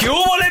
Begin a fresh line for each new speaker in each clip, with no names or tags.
¿Qué hubo, le,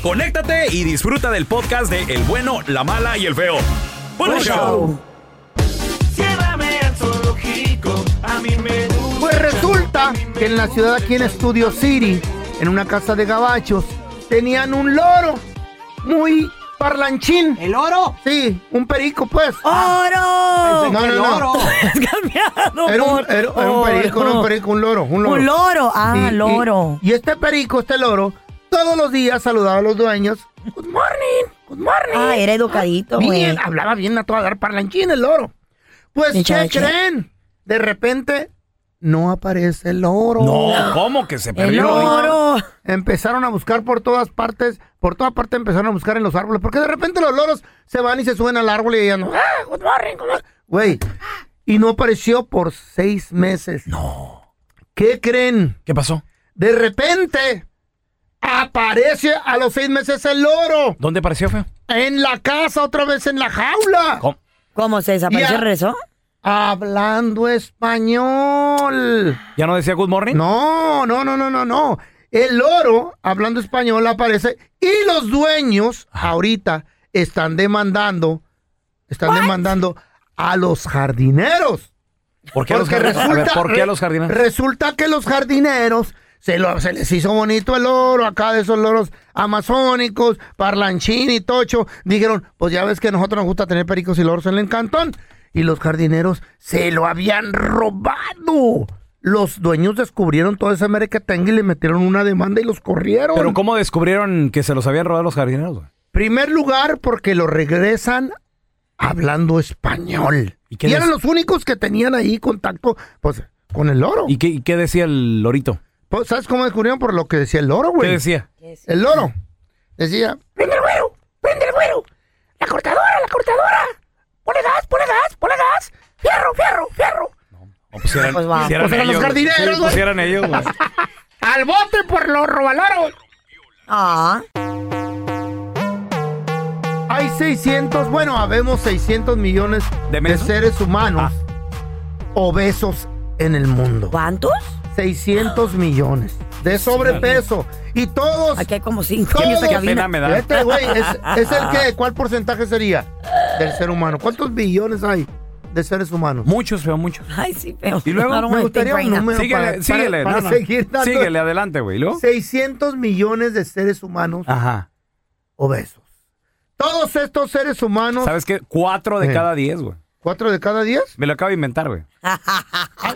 conéctate y disfruta del podcast de El bueno, la mala y el feo. ¡Buen
Buen
show!
Llévame al zoológico, a mí me gusta.
Pues resulta que en la ciudad aquí en Studio City, en una casa de gabachos, tenían un loro muy parlanchín.
¿El oro?
Sí, un perico pues.
¡Oro!
No, no, no.
Cambiado
Ah, Era un,
por
era- era un perico, no un
oro.
perico, un loro, un loro.
Un loro. Ah,
Y- y-
loro.
Y, este perico, este loro, todos los días saludaba a los dueños. Good morning, good morning.
Ah, era educadito, güey.
Bien, hablaba bien a toda dar parlanchín el loro. Pues, ¿qué
Muchacho.
creen? De repente, no aparece el loro.
No, ¿cómo que se
El
perdió?
oro.
Empezaron a buscar por todas partes, por toda parte empezaron a buscar en los árboles, porque de repente los loros se van y se suben al árbol y ya no. "Ah, good morning, good morning". Güey, y no apareció por seis meses. No. ¿Qué creen?
¿Qué pasó?
De repente aparece a los seis meses el loro
¿Dónde apareció, feo?
en la casa, otra vez en la jaula,
¿Cómo?
¿Cómo se desapareció?
Ya.
¿Regresó?
hablando español.
¿Ya no decía good morning?
No, no, no, no, no, no. El loro, hablando español, aparece y los dueños ahorita están demandando, están demandando a los jardineros.
¿Por qué a los
Porque
jardineros? A
resulta,
ver, ¿por qué a los jardineros?
Resulta que los jardineros se, lo- se les hizo bonito el oro, acá de esos loros amazónicos, parlanchín y tocho. Dijeron, pues ya ves que a nosotros nos gusta tener pericos y loros en el cantón. Y los jardineros se lo habían robado. Los dueños descubrieron todo ese merequetengue y le metieron una demanda y los corrieron.
¿Pero cómo descubrieron que se los habían robado los jardineros? güey?
Primer lugar, porque lo regresan hablando español.
¿Y
Y,
qué les-
eran los únicos que tenían ahí contacto, pues, con el loro.
¿Y qué, y qué decía el lorito?
Pues, ¿Sabes cómo descubrieron? Por lo que decía el loro,
¿Qué
güey.
decía?
El loro. Decía, prende el güero, prende el güero. La cortadora, la cortadora. Pone gas, pone gas, pone gas. Fierro, fierro, fierro.
No, pues eran,
Pues va.
si eran
Pues eran los
ellos, güey.
jardineros,
Sí,
güey.
pues eran ellos, güey.
Al bote por lo robaloro.
Ah.
Hay 600, bueno, habemos 600 millones
¿De
de,
menos? Ah.
seres humanos obesos en el mundo.
¿Cuántos?
600 millones de sobrepeso. Y todos...
Aquí hay como cinco. en
todos-
esta
Qué pena
cabina.
me da.
Este, güey, es, es el que, ¿cuál porcentaje sería del ser humano? ¿Cuántos billones hay de seres humanos?
Muchos, feo, muchos.
Ay, sí, pero.
Y luego
I don't
me
wanna
gustaría
think
un
right now.
número
síguele,
para-
síguele.
para-
no, no.
para seguir dando-
Síguele, adelante, güey. ¿Y luego?
600 millones de seres humanos
Ajá.
obesos. Todos estos seres humanos,
¿Sabes qué? Cuatro de
Eh.
cada diez, güey.
¿cuatro de cada diez?
Me lo acabo de inventar, güey.
Ah,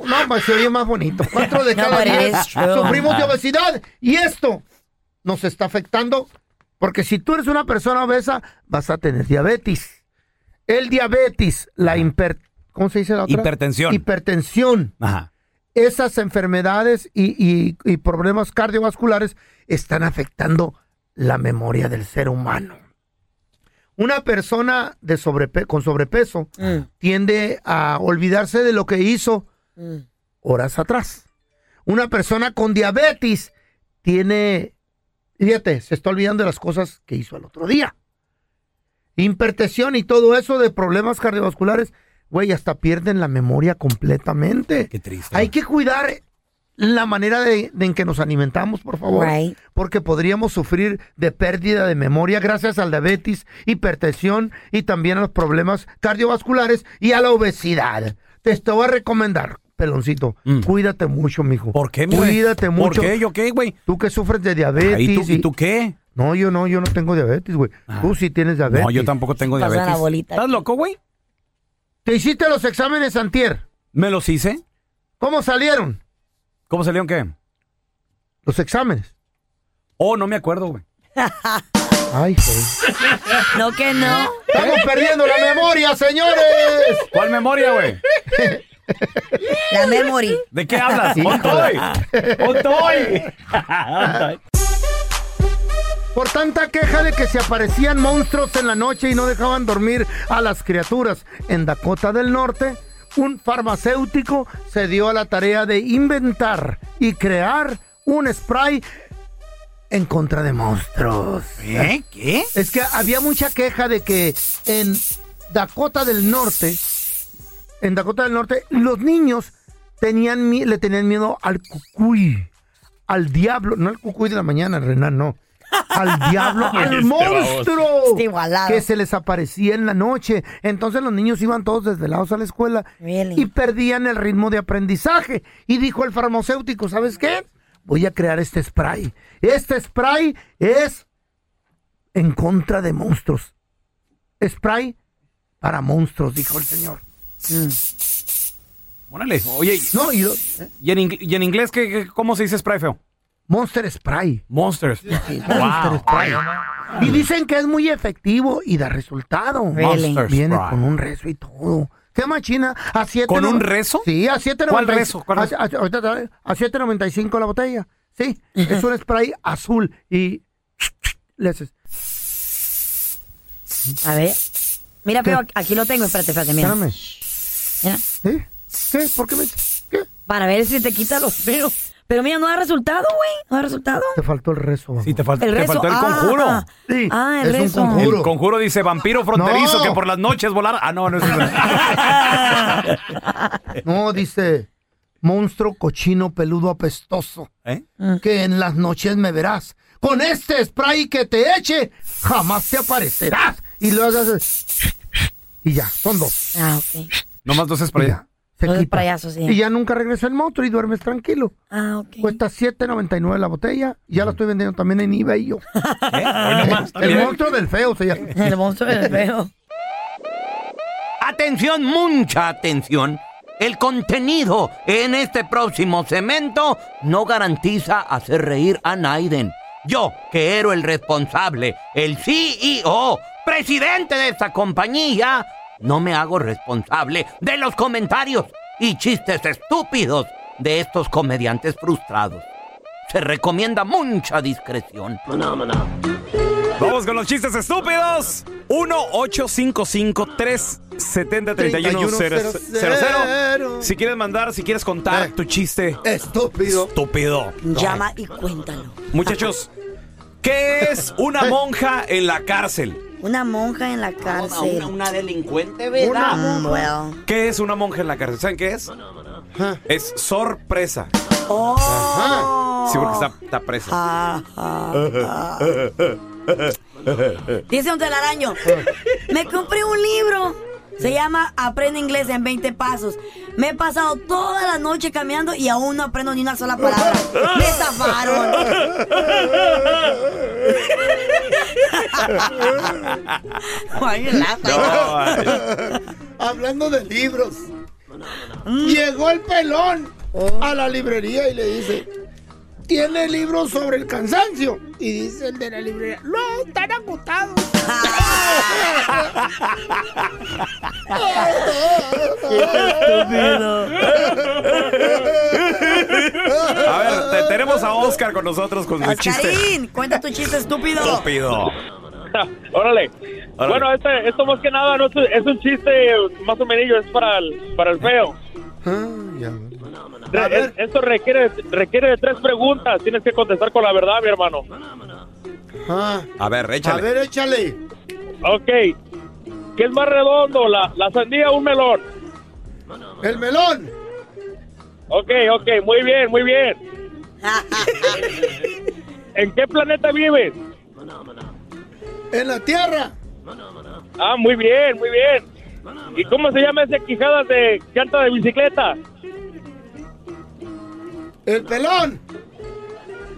No, pues se oye más bonito. Cuatro de
No,
cada
pero
diez
es true.
sufrimos de obesidad y esto nos está afectando porque si tú eres una persona obesa vas a tener diabetes. El diabetes, la hiper... ¿Cómo se dice la otra?
Hipertensión.
Hipertensión.
Ajá.
esas enfermedades y, y- y problemas cardiovasculares están afectando la memoria del ser humano. Una persona de sobrepe- con sobrepeso tiende a olvidarse de lo que hizo horas atrás. Una persona con diabetes tiene, fíjate, se está olvidando de las cosas que hizo al otro día. Hipertensión y todo eso de problemas cardiovasculares, güey, hasta pierden la memoria completamente.
Qué triste.
Hay que cuidar la manera de, de en que nos alimentamos, por favor.
Right.
Porque podríamos sufrir de pérdida de memoria gracias al diabetes, hipertensión y también a los problemas cardiovasculares y a la obesidad. Te, te voy a recomendar, peloncito, cuídate mucho, mijo.
Mm. ¿Por qué, mi güey?
Cuídate mucho.
¿Por qué? ¿Yo qué, güey?
Tú que sufres de
Ah,
diabetes.
¿Y tú,
y-
¿Y tú qué? Ah.
No, yo no, yo no tengo diabetes, güey. Tú sí tienes diabetes.
No, yo tampoco tengo
Pasa la
diabetes.
bolita.
¿Estás loco, güey?
¿Te hiciste los exámenes antier?
¿Me los hice?
¿Cómo salieron
¿Cómo salieron qué?
los exámenes?
Oh, no me acuerdo, güey.
Ay, joder.
No que no.
Estamos perdiendo la memoria, señores.
¿Cuál memoria, güey?
La memory.
¿De qué hablas?
Sí,
¡Otoy! ¡Otoy!
Por tanta queja de que se aparecían monstruos en la noche y no dejaban dormir a las criaturas en Dakota del Norte, un farmacéutico se dio a la tarea de inventar y crear un spray en contra de monstruos.
¿Eh? ¿Qué?
Es que había mucha queja de que en Dakota del Norte, en Dakota del Norte, los niños tenían, mi- le tenían miedo al cucuy, al diablo, no al cucuy de la mañana, Renan, no. Al diablo,
Este
al monstruo
Está Este igualado.
que se les aparecía en la noche. Entonces los niños iban todos desvelados a la escuela
Really?
y perdían el ritmo de aprendizaje. Y dijo el farmacéutico, ¿sabes qué? Voy a crear este spray. Este spray es en contra de monstruos. Spray para monstruos, dijo el señor. Mm.
Órale. Oye,
No, y lo-
¿y en, ing- y en inglés qué, qué- cómo se dice spray feo?
Monster Spray.
Monsters.
Monster
Wow.
Spray. Y dicen que es muy efectivo y da resultado.
Monster
Viene
Spray.
con un rezo y todo. ¿Qué machina? A siete
¿Con
no-
un rezo?
Sí, a 7.95.
¿Cuál rezo? ¿Cuál
A-
rezo?
A, ahorita te voy a- a 7.95 la botella. Sí, es un spray azul y le haces.
A ver. Mira, pero aquí lo tengo. Espérate, espérate, mira.
Espérame.
Mira.
¿Sí? ¿Eh? ¿Qué? ¿Por qué me.? ¿Qué?
Para ver si te quita los pelos. Pero mira, no da resultado, güey. No da resultado.
Te faltó el rezo.
Sí, te, fal-
El
te
rezo.
faltó el
ah,
conjuro.
Ah,
Sí,
Ah, el
es un
rezo.
conjuro.
El conjuro dice vampiro fronterizo
No.
que por las noches volara. Ah, no, no es
No, dice. Monstruo cochino peludo apestoso.
¿Eh?
que en las noches me verás. Con este spray que te eche, jamás te aparecerás. Y luego haces. Y ya, son dos.
Ah, ok.
Nomás dos
Y
spray.
ya, se
Dos
quita.
sprayazos, sí.
Y ya nunca regresa el monstruo y duermes tranquilo.
Ah, ok.
Cuesta $7.99 la botella. y Ya la estoy vendiendo también en eBay yo.
¿Eh? Hoy nomás.
El monstruo del feo se llama.
El monstruo del feo.
Atención, mucha atención. El contenido en este próximo cemento no garantiza hacer reír a Naiden. Yo, que era el responsable, el CEO, presidente de esta compañía, no me hago responsable de los comentarios y chistes estúpidos de estos comediantes frustrados. Se recomienda mucha discreción.
Vamos con los chistes estúpidos. 1-855-370-3100. Si quieres mandar, si quieres contar tu chiste
Estúpido.
estúpido.
Llama y cuéntalo.
Muchachos, ¿qué es una monja en la cárcel?
Una monja en la cárcel.
delincuente,
Mm, well.
¿Qué es una monja en la cárcel? ¿Saben qué es? Es sorpresa.
Oh.
Sí, porque está, está presa.
Dice un telaraño. Me compré un libro. Se llama Aprende inglés en 20 pasos. Me he pasado toda la noche caminando y aún no aprendo ni una sola palabra. Me estafaron. Why you laughing?
Hablando de libros. Llegó el pelón a la librería y le dice, ¿tiene libros sobre el cansancio? Y dice el de la librería, no, están agotados.
A ver, te- tenemos a Oscar con nosotros con su chiste.
Oscarín, cuenta tu chiste estúpido.
Estúpido.
Órale.
Órale.
Bueno, este, esto más que nada no es, un- es un chiste más o menos, es para el, para el feo.
Ah,
Re- es- esto requiere, requiere de tres preguntas. Tienes que contestar con la verdad, mi hermano.
Ah,
A ver,
a
échale.
ver, échale.
Ok. ¿Qué es más redondo, la, la sandía o un melón?
El melón.
Ok, ok, muy bien, muy bien. ¿En qué planeta vives?
En la tierra.
Ah, muy bien, muy bien. ¿Y cómo se llama ese quijadas de llanta de bicicleta?
El pelón.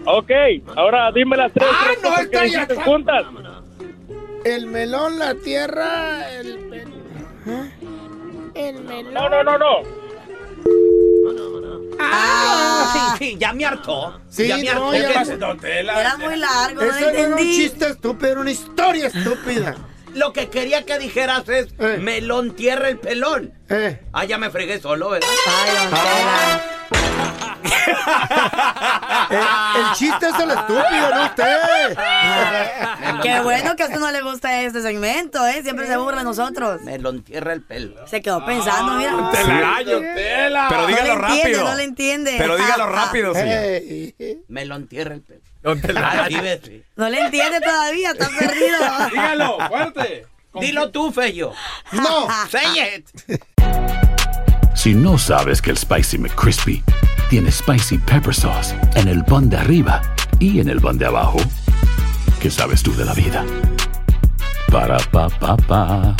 Ok, ahora dime las tres,
Ah,
tres
no,
cosas que
está ya,
dijiste
está.
juntas.
El melón, la tierra, el pelón.
No, no, no, no.
Ah.
Sí, sí, ya me hartó.
Sí,
ya me
no,
hartó.
ya
que-
basta.
Era muy largo, no lo
Ese no era un
entendí.
chiste estúpido, era una historia estúpida.
Lo que quería que dijeras es
Eh.
melón tierra el pelón.
Eh.
Ah, ya me fregué solo, ¿verdad? Ah.
Ay, don Tela.
Eh, el chiste es el estúpido, no usted.
Qué bueno que a usted no le gusta este segmento, ¿eh? Siempre se burla de nosotros.
Melón tierra el pelón.
Se quedó pensando, mira.
Telaraño. Pero
No le
dígalo
entiende,
rápido.
no le entiende.
Pero dígalo rápido, sí.
Ah. Eh,
Melón tierra el pelón. Ah,
Don Telaraño.
Así ves, sí.
No le entiende todavía, está perdido.
Dígalo, fuerte.
Dilo tú, Fello.
no.
Say it.
Si no sabes que el Spicy McCrispy tiene Spicy Pepper Sauce en el pan de arriba y en el pan de abajo, ¿qué sabes tú de la vida? Para, pa, pa, pa.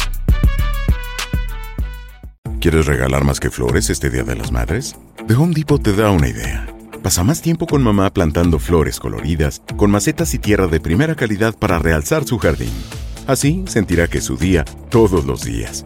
¿Quieres regalar más que flores este Día de las Madres? The Home Depot te da una idea. Pasa más tiempo con mamá plantando flores coloridas, con macetas y tierra de primera calidad para realzar su jardín. Así sentirá que es su día todos los días.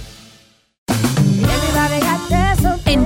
En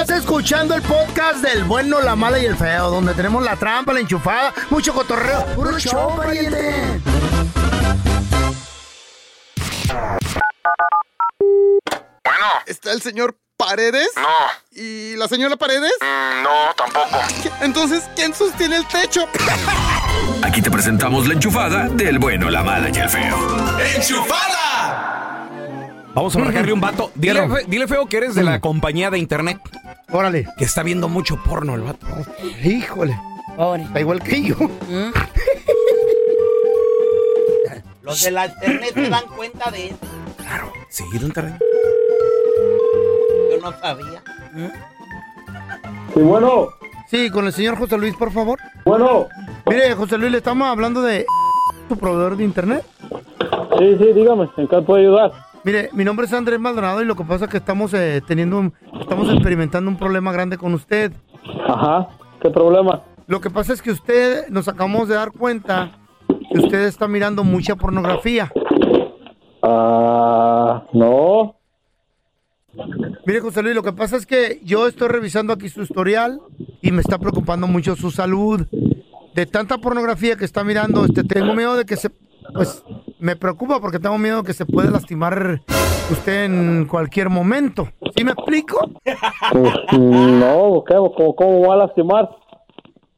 Estás escuchando el podcast del bueno, la mala y el feo, donde tenemos la trampa, la enchufada, mucho cotorreo. ¡Puro show, pariente!
Bueno,
¿Está el señor Paredes?
no,
¿Y la señora Paredes?
no, tampoco.
Entonces, ¿quién sostiene el techo?
Aquí te presentamos la enchufada del bueno, la mala y el feo.
Vamos a marcarle un vato. Dile, fe- dile, feo que eres de la compañía de internet
Mm. Órale.
que está viendo mucho porno el vato.
Híjole.
Pobre.
Está igual que yo.
Los de la internet se dan cuenta de eso.
Sí, don Telaraño.
Yo no sabía.
Sí, bueno,
Sí, con el señor José Luis, por favor.
bueno.
Mire, José Luis, le estamos hablando de tu proveedor de internet.
Sí, sí, dígame, ¿en qué puedo ayudar?
Mire, mi nombre es Andrés Maldonado y lo que pasa es que estamos eh, teniendo, un- estamos experimentando un problema grande con usted.
Ajá, ¿qué problema?
Lo que pasa es que usted, nos acabamos de dar cuenta que usted está mirando mucha pornografía.
Ah, no.
Mire, José Luis, lo que pasa es que yo estoy revisando aquí su historial y me está preocupando mucho su salud. De tanta pornografía que está mirando, este, tengo miedo de que se... Pues me preocupa porque tengo miedo que se puede lastimar usted en cualquier momento. ¿Sí me explico?
Pues, no, ¿qué? ¿Cómo, ¿cómo va a lastimar?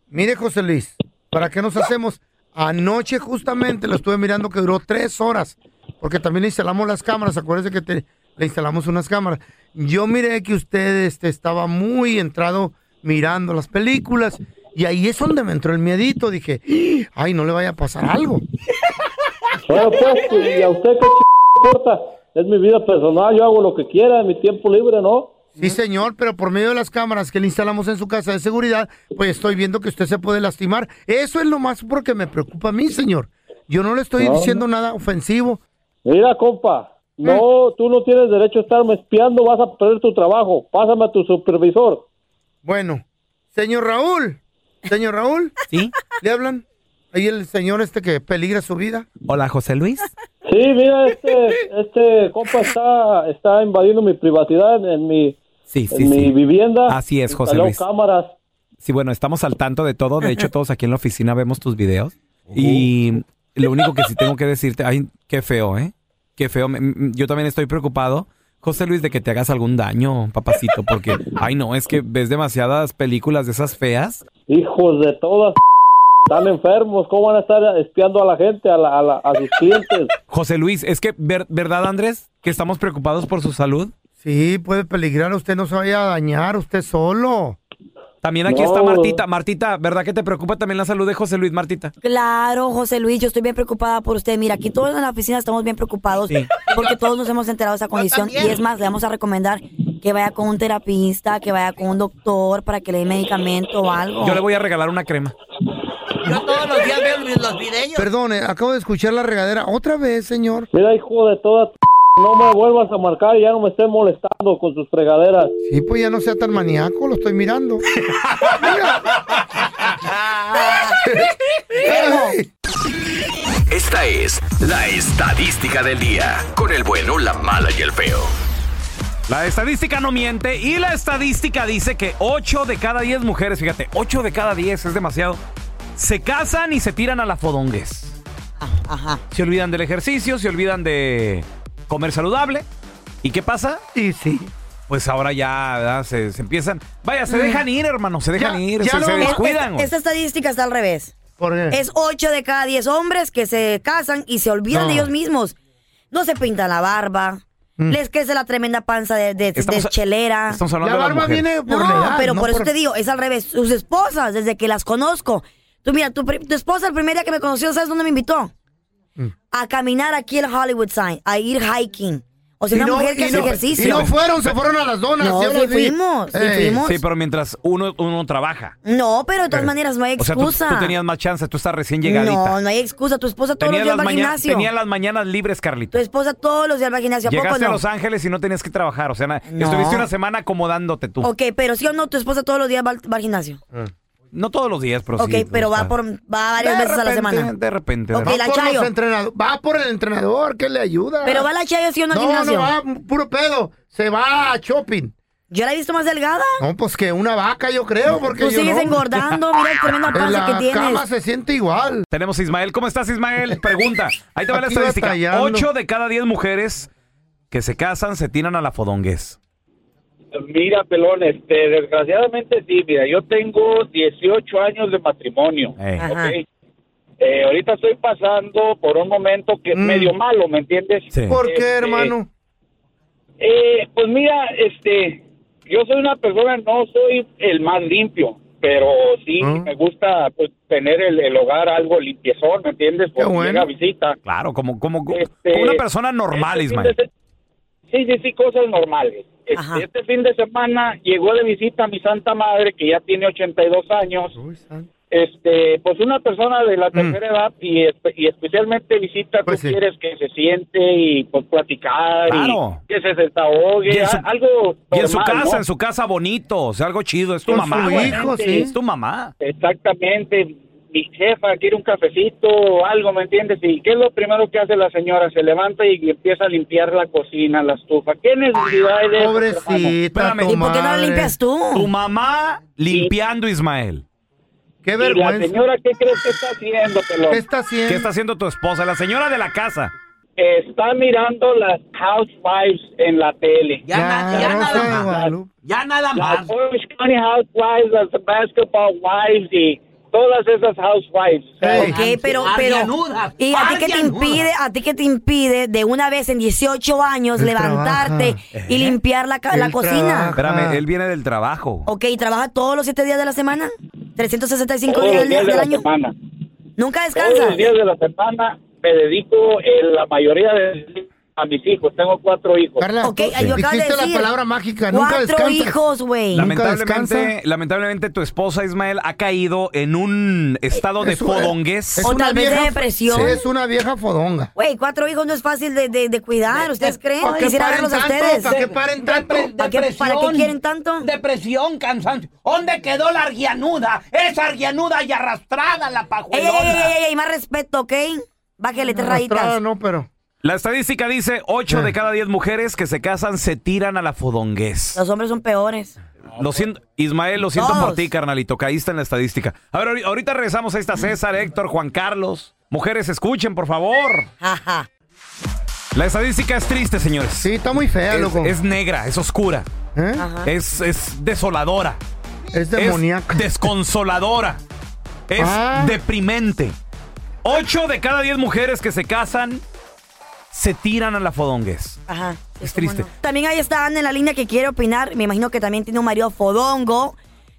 Mire, José Luis, ¿para qué nos hacemos? Anoche justamente lo estuve mirando que duró tres horas, porque también le instalamos las cámaras, acuérdese que te- le instalamos unas cámaras. Yo miré que usted este, estaba muy entrado mirando las películas y ahí es donde me entró el miedito, dije, "¡Ah! ay, no le vaya a pasar algo.
Bueno, pues, ¿y a usted qué ch... importa?
es mi vida personal, yo hago lo que quiera en mi tiempo libre, ¿no?
Sí, señor, pero por medio de las cámaras que le instalamos en su casa de seguridad, pues estoy viendo que usted se puede lastimar. Eso es lo más porque me preocupa a mí, señor. Yo no le estoy
No,
diciendo nada ofensivo. Ah.
Mira, compa,
Mm.
no, tú no tienes derecho a estarme espiando, vas a perder tu trabajo, pásame a tu supervisor.
Bueno, señor Raúl, señor Raúl,
¿sí?
¿Le hablan? Ahí el señor este que peligra su vida.
Hola, José Luis.
Sí, mira, este, este compa está, está invadiendo mi privacidad en, en mi,
Sí, sí,
en mi
sí.
vivienda.
Así es, José
Instaló
Luis.
cámaras.
Sí, bueno, estamos al tanto de todo. De hecho, todos aquí en la oficina vemos tus videos.
Uh.
Y lo único que sí tengo que decirte, ay, qué feo, ¿eh? Qué feo. Me- m- Yo también estoy preocupado, José Luis, de que te hagas algún daño, papacito, porque, ay, no, es que ves demasiadas películas de esas feas.
Hijos de todas, están enfermos, ¿cómo van a estar espiando a la gente, a, la- a la- a sus clientes?
José Luis, es que, ver- ¿verdad, Andrés? Que estamos preocupados por su salud.
Sí, puede peligrar, usted no se vaya a dañar, usted solo.
También aquí
No.
está Martita. Martita, ¿verdad que te preocupa también la salud de José Luis, Martita?
Claro, José Luis, yo estoy bien preocupada por usted. Mira, aquí todos en la oficina estamos bien preocupados porque todos nos hemos enterado de esa condición. Y es más, le vamos a recomendar que vaya con un terapista, que vaya con un doctor para que le dé medicamento o algo.
Yo le voy a regalar una crema.
Perdone, acabo de escuchar la regadera otra vez, señor.
Mira, hijo de toda, no me vuelvas a marcar y ya no me estés molestando con sus fregaderas.
Sí, pues ya no sea tan maníaco, lo estoy mirando.
Esta es la estadística del día. Con el bueno, la mala y el feo.
La estadística no miente y la estadística dice que 8 de cada 10 mujeres, fíjate, 8 de cada 10 es demasiado, se casan y se tiran a la fodongues.
Ah,
Se olvidan del ejercicio, se olvidan de comer saludable. ¿Y qué pasa?
Y sí.
Pues ahora ya ¿verdad? se, se empiezan. Vaya,
Mm.
se dejan ir, hermano, se dejan ir, se, se
Es-
descuidan.
Esta,
güey.
esta estadística está al revés. Es 8 de cada 10 hombres que se casan y se olvidan
No.
de ellos mismos. No se pintan la barba.
Mm.
Les crece la tremenda panza de, de- de
Estamos-
chelera.
estamos hablando La de las barba mujeres. viene por
no,
la edad,
pero
no
por, eso
por-
te digo, es al revés. Sus esposas, desde que las conozco. Tú mira, tu, pri- tu esposa el primer día que me conoció, ¿sabes dónde me invitó?
Mm.
A caminar aquí en Hollywood Sign, a ir hiking. O sea,
Y
una
no-
mujer que
y
hace
no-
ejercicio.
y no fueron, se fueron a las donas,
No,
yo
sí
los vi.
fuimos, sí
Sí,
fuimos.
Sí, pero mientras uno, uno trabaja.
No, pero de todas
Eh,
maneras no hay
O sea, tú,
excusa.
tú tenías más chance, tú estás recién llegadita.
no, no hay excusa. Tu esposa todos los
Tenías
días
las,
va al
maña-
gimnasio.
tenías las mañanas libres, Carlito.
Tu esposa todos los días va al gimnasio. ¿A poco
Llegaste a
no?
Los Ángeles y no tenías que trabajar. O sea, na-
No.
estuviste una semana acomodándote tú.
Ok, pero sí o no, tu esposa todos los días va al, va al gimnasio.
Mm.
No todos los días, pero
ok,
sí. pues,
pero va,
está.
por, va varias
De
veces a la
repente,
semana.
De repente. de
Va
repente.
la
por los
Chayo.
entrenado- va por el entrenador que le ayuda.
Pero va la Chayo, ¿sí o no, al
No,
gimnasio?
no va, puro pedo. Se va a shopping.
Yo la he visto más delgada.
No, pues que una vaca, yo creo, porque
Tú
yo
sigues
no.
engordando, mira el tremenda
En
panza
la
que tienes.
cama se siente igual.
Tenemos a Ismael. ¿Cómo estás, Ismael? Pregunta. Ahí te va la
Aquí
estadística.
batallando.
Ocho de cada diez mujeres que se casan se tiran a la fodonguez.
Mira, pelón, este, desgraciadamente sí, mira, yo tengo 18 años de matrimonio,
Ey.
¿ok?
Ajá.
Eh, ahorita estoy pasando por un momento que es medio malo, ¿me entiendes?
Mm. ¿Por qué,
Este,
hermano?
eh, pues mira, este, yo soy una persona, no soy el más limpio, pero sí
Ah.
me gusta pues, tener el, el hogar algo limpiezón, ¿me entiendes? Porque
bueno.
llega visita.
Claro, como, como, como
Este,
una persona normal,
este fin
Ismael.
de se- Sí, sí, sí, cosas normales. Este, este fin de semana llegó de visita mi santa madre, que ya tiene 82 años. Este, pues una persona de
Mm.
la tercera edad y, espe- y especialmente visita,
Pues
tú quieres que se siente y pues platicar
Claro.
y que se desahogue,
Y en su-
a- algo
Y en su
normal,
casa,
¿no?
en su casa bonito, o sea, algo chido. Es tu
Con
mamá.
su
güey.
hijo, sí.
Es tu mamá.
Exactamente. Mi jefa quiere un cafecito o algo, ¿me entiendes? ¿Y qué es lo primero que hace la señora? Se levanta y empieza a limpiar la cocina, la estufa. ¿Qué necesidad hay de eso, hermano?
Espérame. Tu
Y
mamá limpiando, Ismael. Qué
la señora, ¿qué crees que está haciendo, pelón?
¿Qué está haciendo? tu esposa? La señora de la casa.
Está mirando las Housewives en la tele.
Ya, na- ya nada más. Ya nada más.
Las Orange County Housewives, las Basketball Wives y todas esas Housewives.
eh,
Ok, pero, pero, y a ti que te impide, a ti que te impide de una vez en 18 años
Él
levantarte
trabaja. ¿Eh?
y limpiar la, ca- la cocina.
Espérame, él viene del trabajo.
Ok, ¿y trabaja todos los 7 días de la semana? 365
Todos los
días del,
días de
del
la
año.
semana.
Nunca
Todos
descansa.
los días de la semana me dedico en la eh, mayoría de a mis hijos. Tengo cuatro hijos.
Ok, yo acabo de
Dijiste la
decir,
palabra mágica, nunca
Cuatro
descansas.
hijos, güey.
Lamentablemente, lamentablemente tu esposa Ismael ha caído en un estado de
Es una-
podonguez.
es O una tal vez de vieja-
depresión.
Sí.
Es una vieja fodonga.
Güey, cuatro hijos no es fácil de, de- de cuidar, ¿ustedes creen?
¿Para qué
Quisiera
paren
verlos a
tanto?
ustedes.
¿Para qué paren tanto?
¿Para qué, para qué quieren
tanto? Depresión, cansancio. ¿Dónde quedó la arguianuda? Esa arguianuda y arrastrada la
Ey, ey, ey,
pajuelona.
ey, ey, más respeto, ¿ok? Bájale tres rayitas.
no, pero... Eh.
La estadística dice 8 de cada 10 mujeres que se casan se tiran a la fodonguez.
Los hombres son peores.
Lo siento, Ismael, lo siento por
Todos.
ti, carnalito. Caíste en la estadística. A ver, ahori- ahorita regresamos. Ahí está César, Héctor, Juan Carlos. Mujeres, escuchen, por favor. La estadística es triste, señores. Sí,
está muy fea,
es,
loco.
Es negra, es oscura.
Ajá.
Es, es desoladora.
Es demoníaca.
desconsoladora. Es
Ah.
deprimente. Ocho de cada diez mujeres que se casan se tiran a la fodonguez.
Ajá.
Es triste.
También ahí está Ana en la línea que quiere opinar. Me imagino que también tiene un marido fodongo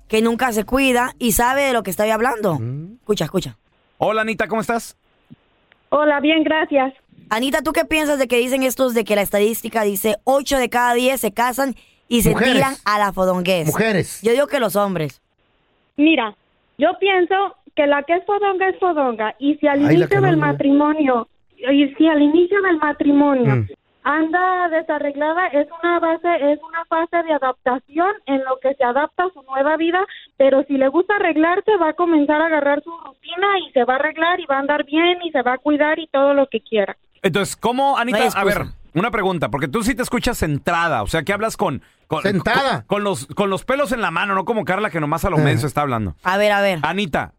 que nunca se cuida y sabe de lo que estoy hablando.
Mm.
Escucha, escucha.
Hola, Anita, ¿cómo estás?
Hola, bien, gracias. Anita, ¿tú qué piensas de que dicen estos de que la estadística dice 8 de cada 10 se casan y se
Mujeres.
tiran a la fodonguez?
Mujeres.
Yo digo que los hombres.
Mira, yo pienso que la que es fodonga es fodonga y si al
Ay, la que
inicio
no,
del
no.
matrimonio y si al inicio del
Mm.
matrimonio anda desarreglada es una base es una fase de adaptación en lo que se adapta a su nueva vida, pero si le gusta arreglarse va a comenzar a agarrar su rutina y se va a arreglar y va a andar bien y se va a cuidar y todo lo que quiera.
Entonces, ¿cómo,
No
Anita?
hay
a
excusa.
ver, una pregunta, porque tú sí te escuchas centrada, o sea, que hablas con... con Sentada. Con, con los, con los pelos en la mano, no como Carla, que nomás a
Eh.
lo menso está hablando.
A ver, a ver.
Anita,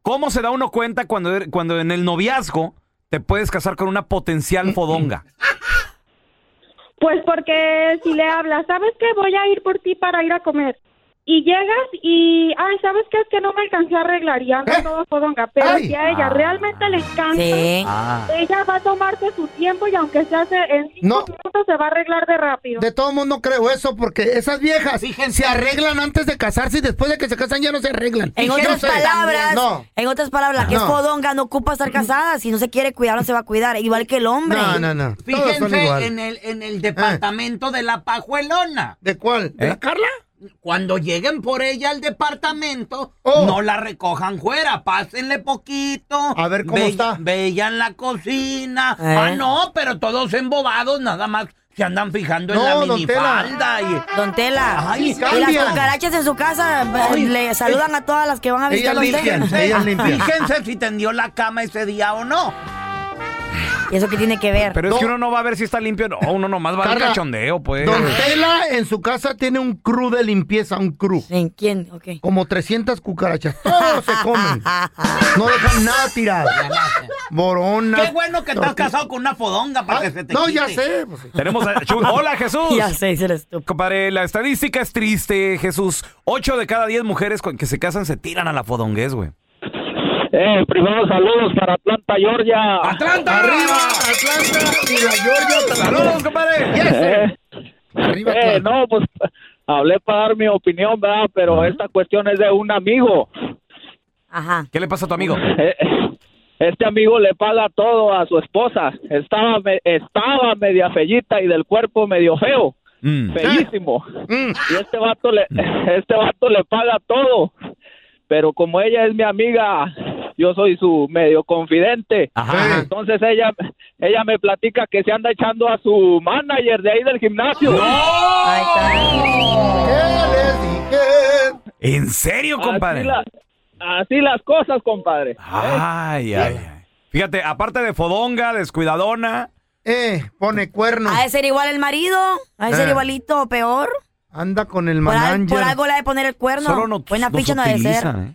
¿cómo se da uno cuenta cuando, er- cuando en el noviazgo te puedes casar con una potencial fodonga?
Pues porque si le hablas, ¿sabes qué? Voy a ir por ti para ir a comer. Y llegas y, ay, ¿sabes qué? Es que no me alcancé a arreglar y anda todo fodonga. Pero si a ella
Ah.
realmente le encanta,
Sí. Ah.
ella va a tomarse su tiempo y aunque se hace en cinco minutos Este se va a arreglar de rápido.
De todo mundo creo eso, porque esas viejas se arreglan antes de casarse y después de que se casan ya no se arreglan.
En
Yo
otras
sé.
palabras,
No.
en otras palabras, la que es
No.
fodonga no ocupa estar casada. Si no se quiere cuidar, no se va a cuidar. Igual que el hombre.
No, no, no. Todos son
Fíjense
igual. Ah.
en el, en el departamento de la pajuelona.
¿De cuál? ¿De
la
Carla?
Cuando lleguen por ella al departamento,
Oh.
no la recojan fuera, pásenle poquito. A ver
cómo está.
Vean la cocina.
Eh.
Ah, no, pero todos embobados, nada más se andan fijando
No,
en la
don
minifalda. y-
Don Tela,
Ay,
y las
cambian.
cucarachas en su casa
Ay,
le saludan a todas las que van a visitar a
Fíjense,
usted.
Ah, fíjense si tendió la cama ese día o no.
¿Y eso qué tiene que ver?
Pero es que uno no va a ver si está limpio, no, uno nomás va al
Carla,
cachondeo, pues.
Don Tela en su casa tiene un crew de limpieza, un crew.
¿En quién? Ok.
Como 300 cucarachas. Todos se comen. No dejan nada tirado. Borona.
Qué bueno que estás casado con una fodonga para que se te
Ah, no,
quite.
ya sé, pues, sí.
Tenemos a Chu- Hola, Jesús.
Ya sé, se
Compadre, la estadística es triste, Jesús. Ocho de cada diez mujeres con- que se casan se tiran a la fodonguez, güey.
Eh, primero saludos para Atlanta, Georgia. Eh.
¡Atlanta!
¡Arriba! Atlanta y la Georgia.
¡Saludos, compadre!
Eh, eh, no, pues hablé para dar mi opinión, ¿verdad? Pero esta cuestión es de un amigo. Eh,
Ajá.
¿Qué le pasa a tu amigo?
Este amigo le paga todo a su esposa. Estaba, me- estaba media fellita y del cuerpo medio feo.
Mm.
Mm. Bellísimo. Y este vato, le, este vato le paga todo. Pero como ella es mi amiga, yo soy su medio confidente. Entonces ella, ella me platica que se anda echando a su manager de ahí del gimnasio.
¿En serio, compadre?
Así, la- así las cosas, compadre.
Ay, ay,
Eh.
ay. Fíjate, aparte de fodonga, descuidadona.
Eh, pone cuerno.
¿Ha de ser igual el marido? ¿Ha de ser
Eh.
igualito o peor?
Anda con el
Por, al- por
manager.
algo le ha de poner el cuerno. Buena picha no ha de ser.
¿eh?